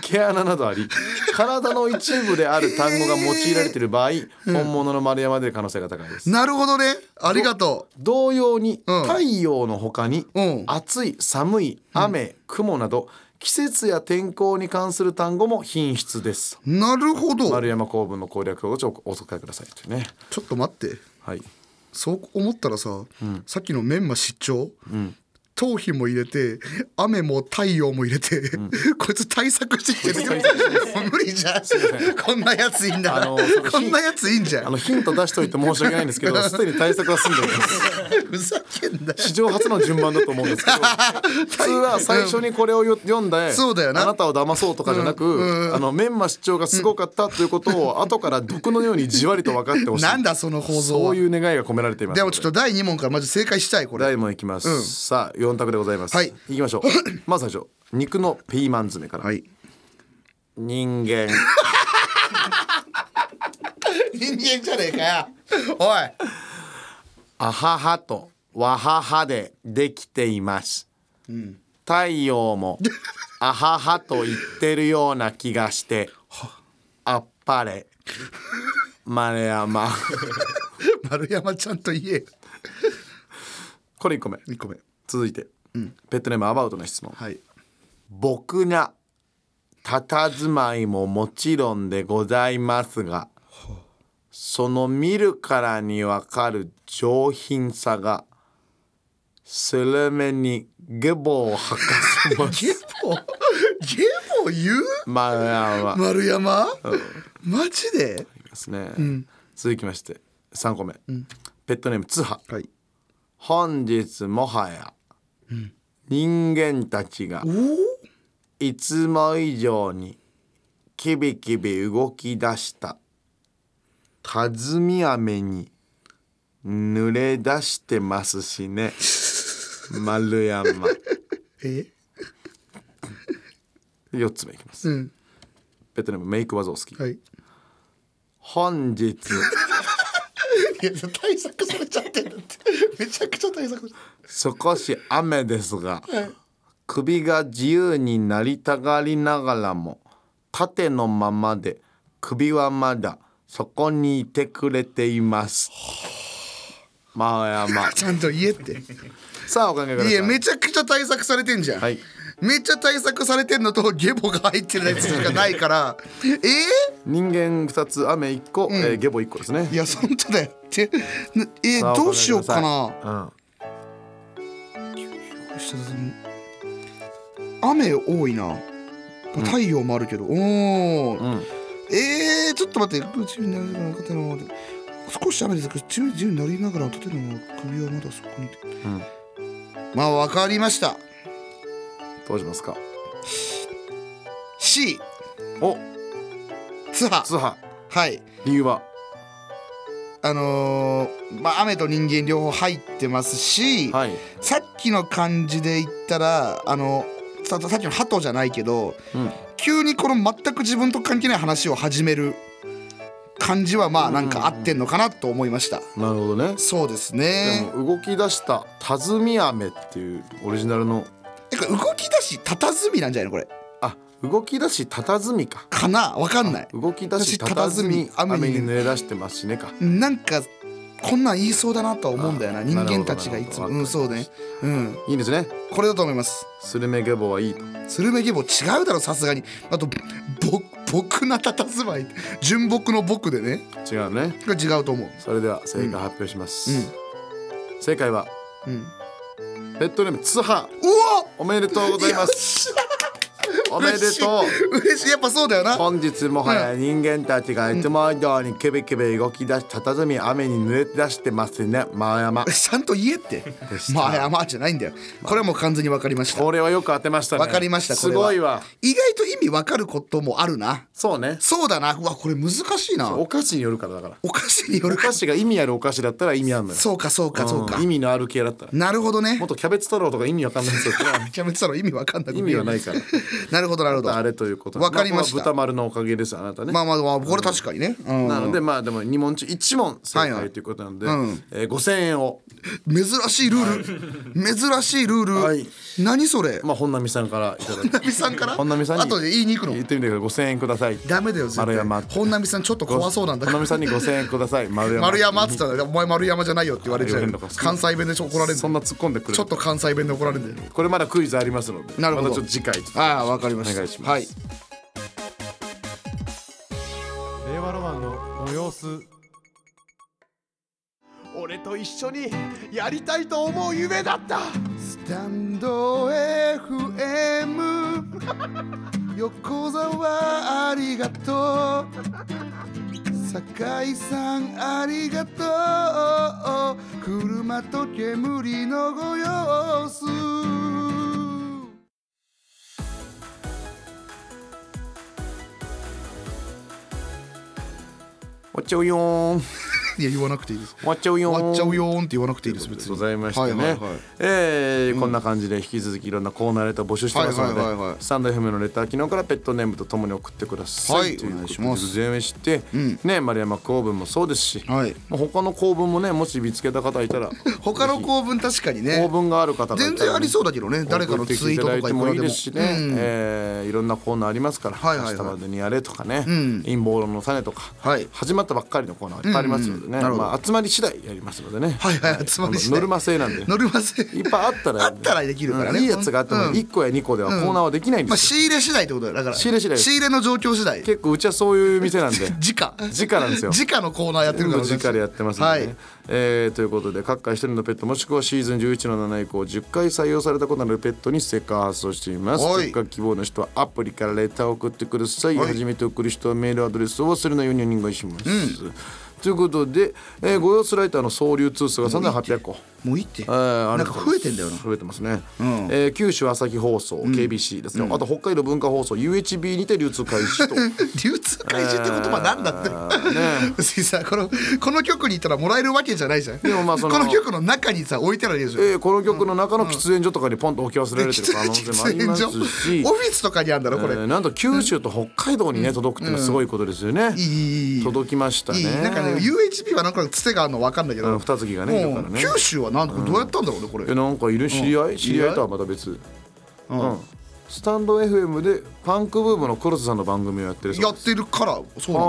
S1: 毛穴などあり、体の一部である単語が用いられている場合、本物の丸山で可能性が高い [laughs] です。
S2: なるほどねありがと
S1: 同様に
S2: うん
S1: 太陽の他に
S2: うん
S1: 暑い寒い雨雲など季節や天候に関する単語も品質です
S2: うなるほど
S1: 丸山公文の攻略法をちょっとお使いくださいというね
S2: ちょっと待って
S1: はい
S2: そう思ったらさ、さっきのメンマ失調、頭皮も入れて雨も太陽も入れて、 [laughs] こいつ対策してきてるもう無理じゃんこんなやついいんだ
S1: あのその
S2: こんなやついいんじゃ
S1: あ
S2: ん
S1: のヒント出しといて申し訳ないんですけ
S2: [laughs]
S1: どすでに対策は済んでおります
S2: ふざけんな
S1: 史上初の順番だと思うんですけど
S2: [laughs]
S1: 普通は最初にこれをよ読んで
S2: そうだよな
S1: あなたを騙そうとかじゃなく、あのメンマ主張がすごかったということを後から毒のようにじわりと分かってほしい
S2: なんだその構造
S1: そ
S2: は
S1: ういう願いが込められています
S2: でもちょっと第2問からまず正解したいこれ
S1: 第一問いきます、
S2: うん
S1: さあ四択でございます
S2: はい
S1: 行きまし
S2: [laughs]
S1: ょうまず最初肉のピーマン詰めから、
S2: はい
S1: 人
S2: [laughs]
S1: 間
S2: 人間じゃねえ [laughs] かよおい
S1: あははとわははでできています、太陽
S2: [laughs]
S1: もあははと言ってるような気がしてあっぱれ丸
S2: [laughs]
S1: 山
S2: 丸山ちゃんと言え
S1: これ1個目
S2: 1個目
S1: 続いて、ペットネームアバウトの質問
S2: はい
S1: 僕な佇まいももちろんでございますがその見るからにわかる上品さがスルメにゲボを吐かせます
S2: ゲボ [laughs] ゲボ言う
S1: まあまあまあ
S2: 丸山マジで
S1: ですね、続きまして3個目、ペットネームツハ
S2: はい
S1: 本日もはや、人間たちが
S2: おお
S1: いつも以上にケベケベ動き出した弾み雨に濡れ出してますし
S2: [laughs]
S1: ね丸山
S2: え
S1: 4つ目いきます
S2: うん
S1: ベトナムメイクワゾースキー
S2: はいい
S1: 本日
S2: や対策されちゃってるってめちゃくちゃ対策
S1: 少し雨ですが首が自由になりたがりながらも縦のままで首はまだそこにいてくれています。まあ
S2: [laughs]
S1: まあ
S2: ちゃんと言えって
S1: さあお考えください。
S2: いやめちゃくちゃ対策されてんじゃん、
S1: はい
S2: めっちゃ対策されてんのとゲボが入ってるやつしかないから [laughs] え
S1: 人間二つ雨一個、えーゲボ一個ですね
S2: ー、い。や本当だよってなえ
S1: さあ
S2: ー、どうしようか。
S1: お考え
S2: な
S1: くださ
S2: 雨多いな太陽もあるけど、おおー、
S1: いうんうん
S2: えー、ちょっと待って、自由になりながら縦の少し雨ですけど、自由自由になりながら縦の首はまだそこにいて。
S1: ん
S2: まあ、わかりました。
S1: どうしますか。
S2: C、
S1: お
S2: ツハ。
S1: ツハ
S2: はい。
S1: 理由は
S2: あのーまあ、雨と人間両方入ってますし、
S1: はい
S2: さっきの感じで言ったら、あの、ささっきの鳩じゃないけど、
S1: うん
S2: 急にこの全く自分と関係ない話を始める感じは、まあ、なんか合ってんのかなと思いました。
S1: なるほどね。
S2: そうですね。
S1: でも動き出した「たずみ雨」っていうオリジナルの
S2: なんか動き出し佇みなんじゃないのこれ
S1: あ動き出し佇みか
S2: かなわかんない
S1: 動き出し佇み雨に濡れ出してますしねか
S2: なんかこんなん言いそうだなとは思うんだよな
S1: あ
S2: 人
S1: なるほど
S2: 間たちがいつも
S1: なるほど
S2: うんそうねうん
S1: いいですね
S2: これだと思います
S1: スルメゲボはいいと
S2: スルメゲボ違うだろさすがにあとぼ僕なたたずまい純木の僕でね
S1: 違うね
S2: が違うと思う
S1: それでは正解発表します、正解は
S2: うんう
S1: ペットネームツハおめでとうご
S2: お
S1: ざいます
S2: す
S1: おめでとう
S2: [laughs] 嬉しいやっぱそうだよな
S1: 本日もはや人間たちがいつも以上にケベケベ動き出し佇み雨に濡れ出してますね真山
S2: ちゃんと言え [laughs] って
S1: した
S2: まあやまあじゃないんだよこれはもう完全に分かりました
S1: これはよく当てましたね
S2: 分かりましたこ
S1: す
S2: れは
S1: ごいわ
S2: 意外と意味分かることもあるな
S1: そうね
S2: そうだなうわこれ難しいな
S1: お菓子によるからだから
S2: お菓子によ
S1: お
S2: るか
S1: 菓子が意味あるお菓子だったら意味あるのよ
S2: [laughs] そうかそうかそうか
S1: ん意味のある系だったら
S2: なるほど
S1: [laughs]
S2: ね
S1: もっとキャベツ太郎とか意味わかんないですよ
S2: キャベツ太郎意味わかんなくて
S1: 意味はないから
S2: [laughs] なるほどなるほど
S1: あれということ
S2: [laughs] わかりま
S1: あ
S2: した
S1: これは豚丸のおかげですあなたね、
S2: まあまあまあこれ確かにね、うん
S1: なのでまあでも2問中1問正
S2: はいはい
S1: 解ということなので、
S2: うん
S1: えー5000円を
S2: 珍しいルール、珍しいルール、
S1: はい
S2: 何それ、
S1: まあ本並さんからいただ
S2: [laughs]
S1: いて
S2: 本並さんから
S1: 本並さんに
S2: 後で言いに行くの
S1: 言ってみてください5000円ください
S2: ダメだよ絶
S1: 丸
S2: 対
S1: 山
S2: 本並さんちょっと怖そうなんだ
S1: 本並さんに5000円ください丸山
S2: 丸山っつったら「お前丸山じゃないよ」って言われちゃ
S1: 言
S2: う
S1: われる
S2: よ
S1: のか
S2: 関西弁で怒られる
S1: そんな突っ込んでくる
S2: ちょっと関西弁で怒られるんだよ
S1: これまだクイズありますので
S2: なるほど
S1: またちょっと次回
S2: ああわかりました
S1: お願いします
S2: はい
S3: 令和ロマンのご様子俺と一緒にやりたいと思う夢だった
S2: スタンド [laughs] FM 横澤ありがとう酒井さんありがとう車と煙のご様子
S1: 終わっちゃうよーん終
S2: いや言わなくていいです
S1: わっちゃうよーん
S2: 終わっちゃうよーんって言わなくていいで
S1: と
S2: す
S1: いうこと
S2: 別
S1: で
S2: に
S1: ございましてね、
S2: はいはいはい
S1: えーこんな感じで引き続きいろんなコーナーレター募集してますので、
S2: はいはいはいはい
S1: スタンド FM のレター機能からペットネームとともに送ってください、
S2: はい
S1: ということ
S2: お願い
S1: で
S2: します
S1: ございまして、
S2: ん
S1: ね丸山公文もそうですし、
S2: はい
S1: もう他の公文もねもし見つけた方いたら
S2: 他の構文確かに
S1: 公
S2: ね
S1: 文がある方がいたらね、
S2: 全然ありそうだけどね誰かのツイートとかい
S1: 送ってきていただい
S2: く
S1: て
S2: ら
S1: もい
S2: で
S1: い
S2: も
S1: ですしね、
S2: うん
S1: えーいろんなコーナーありますから、
S2: はいはいはい
S1: 明日までにやれとかね、
S2: ん
S1: 陰謀論の種とか、
S2: はい
S1: 始まったばっかりのコーナーいっぱいありますのでね、
S2: うんなるほど
S1: まあ、集まり次第やりますのでね、
S2: はいはい集まり次第
S1: ノルマ制なんで
S2: 乗りません
S1: いっぱいあったら、
S2: あったらできるからね
S1: うんいいやつがあっても
S2: うん
S1: 1個や2個ではコーナーはできないんで
S2: まあ、
S1: すよ、
S2: 仕入れ次第ってことだよだから
S1: 仕入れ次第です
S2: 仕入れの状況次第
S1: 結構うちはそういう店
S2: [laughs]
S1: なんで
S2: 直
S1: 直なんですよ
S2: 直のコーナーやってるから
S1: 全部直でやってますんでね、
S2: はい
S1: えーということで各界一人のペットもしくはシーズン11の7以降10回採用されたことのあるペットにステッカー発送しています
S2: はい
S1: ステッカー希望の人はアプリからレターを送ってください、
S2: はい
S1: 初めて送る人はメールアドレスを忘れないようにお願いします、ということで、えーご様子ライターの総流通数が3800個
S2: もういいって
S1: えーあ
S2: な
S1: りが
S2: んか
S1: とう
S2: 増
S1: ご
S2: え
S1: ざ
S2: て
S1: い
S2: んだよな
S1: ます増えてますね、
S2: ん
S1: えー九州朝日放送 KBC ですね、あと北海道文化放送 UHB にて流通開
S2: [laughs]
S1: 始とね
S2: [laughs] 流通開始って言葉なんだって、 [laughs] 別にさこのこの曲にいたらもらえるわけじゃないじゃん
S1: でもまあその
S2: この曲の中にさ置いてられるじゃん、
S1: えーこの曲の中の喫煙所とかにポンと置き忘れられてる可能性もあ
S2: [laughs]
S1: りま
S2: オフ
S1: すし、
S2: ィスとかにあるんだろこれ、
S1: えーなんと九州と北海道にね届くっていうのはすごいことですよね、
S2: いいいいいい
S1: 届きましたね
S2: いいなんかね UHB はなんかつてがあるの分かんないけ
S1: あ
S2: ど
S1: の二つ木がねいるから
S2: うん
S1: ね
S2: 九州はなんどうやったんだろうねこれ、
S1: えなんかいる知り合い、知り合いとはまた別うん、スタンド FM でパンクブームの黒瀬さんの番組をやってるそう
S2: や
S1: で
S2: っ
S1: す
S2: てるからそう
S1: あ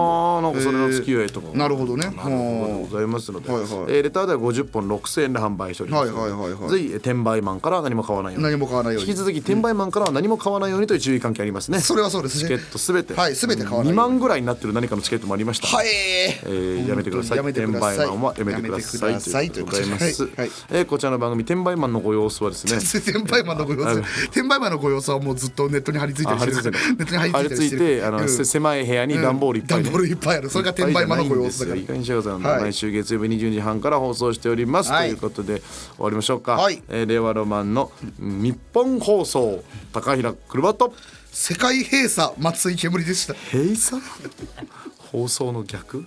S1: ーな
S2: なんん
S1: か
S2: だ
S1: それの付き合いとかも
S2: えーなるほどね
S1: なるほどでございますので、
S2: はいはい
S1: えーレターでは50本6000円で販売しておりますので、
S2: はいはいはいはい
S1: ぜひえー転売マンからは何も買わないように
S2: 何も買わないように
S1: 引き続き転売マンからは何も買わないようにという注意関係ありますね
S2: それはそうです
S1: チ
S2: ね
S1: ケットすべて
S2: はい全て買わない
S1: 2万ぐらいになってる何かのチケットもありました
S2: はい
S1: えーやめてください
S2: 本当にやめてくださ
S1: 転売
S2: い
S1: マンはやめてください
S2: やめてください
S1: ということでございます、
S2: ということではい
S1: えーこちらの番組転売マンのご様子はですね
S2: 転売マンのご様子転売マンのご様子はもうずっとネットに張り付いて
S1: あ
S2: る
S1: 張り付いて
S2: ネットに張り
S1: る張り
S2: 付い
S1: 付
S2: て
S1: い
S2: るしてる
S1: あの、
S2: うん
S1: せ狭い部屋に段ボールいっぱい
S2: 段
S1: で
S2: ボールいっぱいあるそれが転売マンのご様子だから
S1: いっぱいじゃないんですよいい加減にしてください
S2: はい
S1: 毎週月曜日22時半から放送しております、
S2: はい
S1: ということで終わりましょうか、
S2: はい
S1: えー令和ロマンの日本放送高平車と
S2: 世界閉鎖松井煙でした
S1: [laughs] 閉鎖放送の逆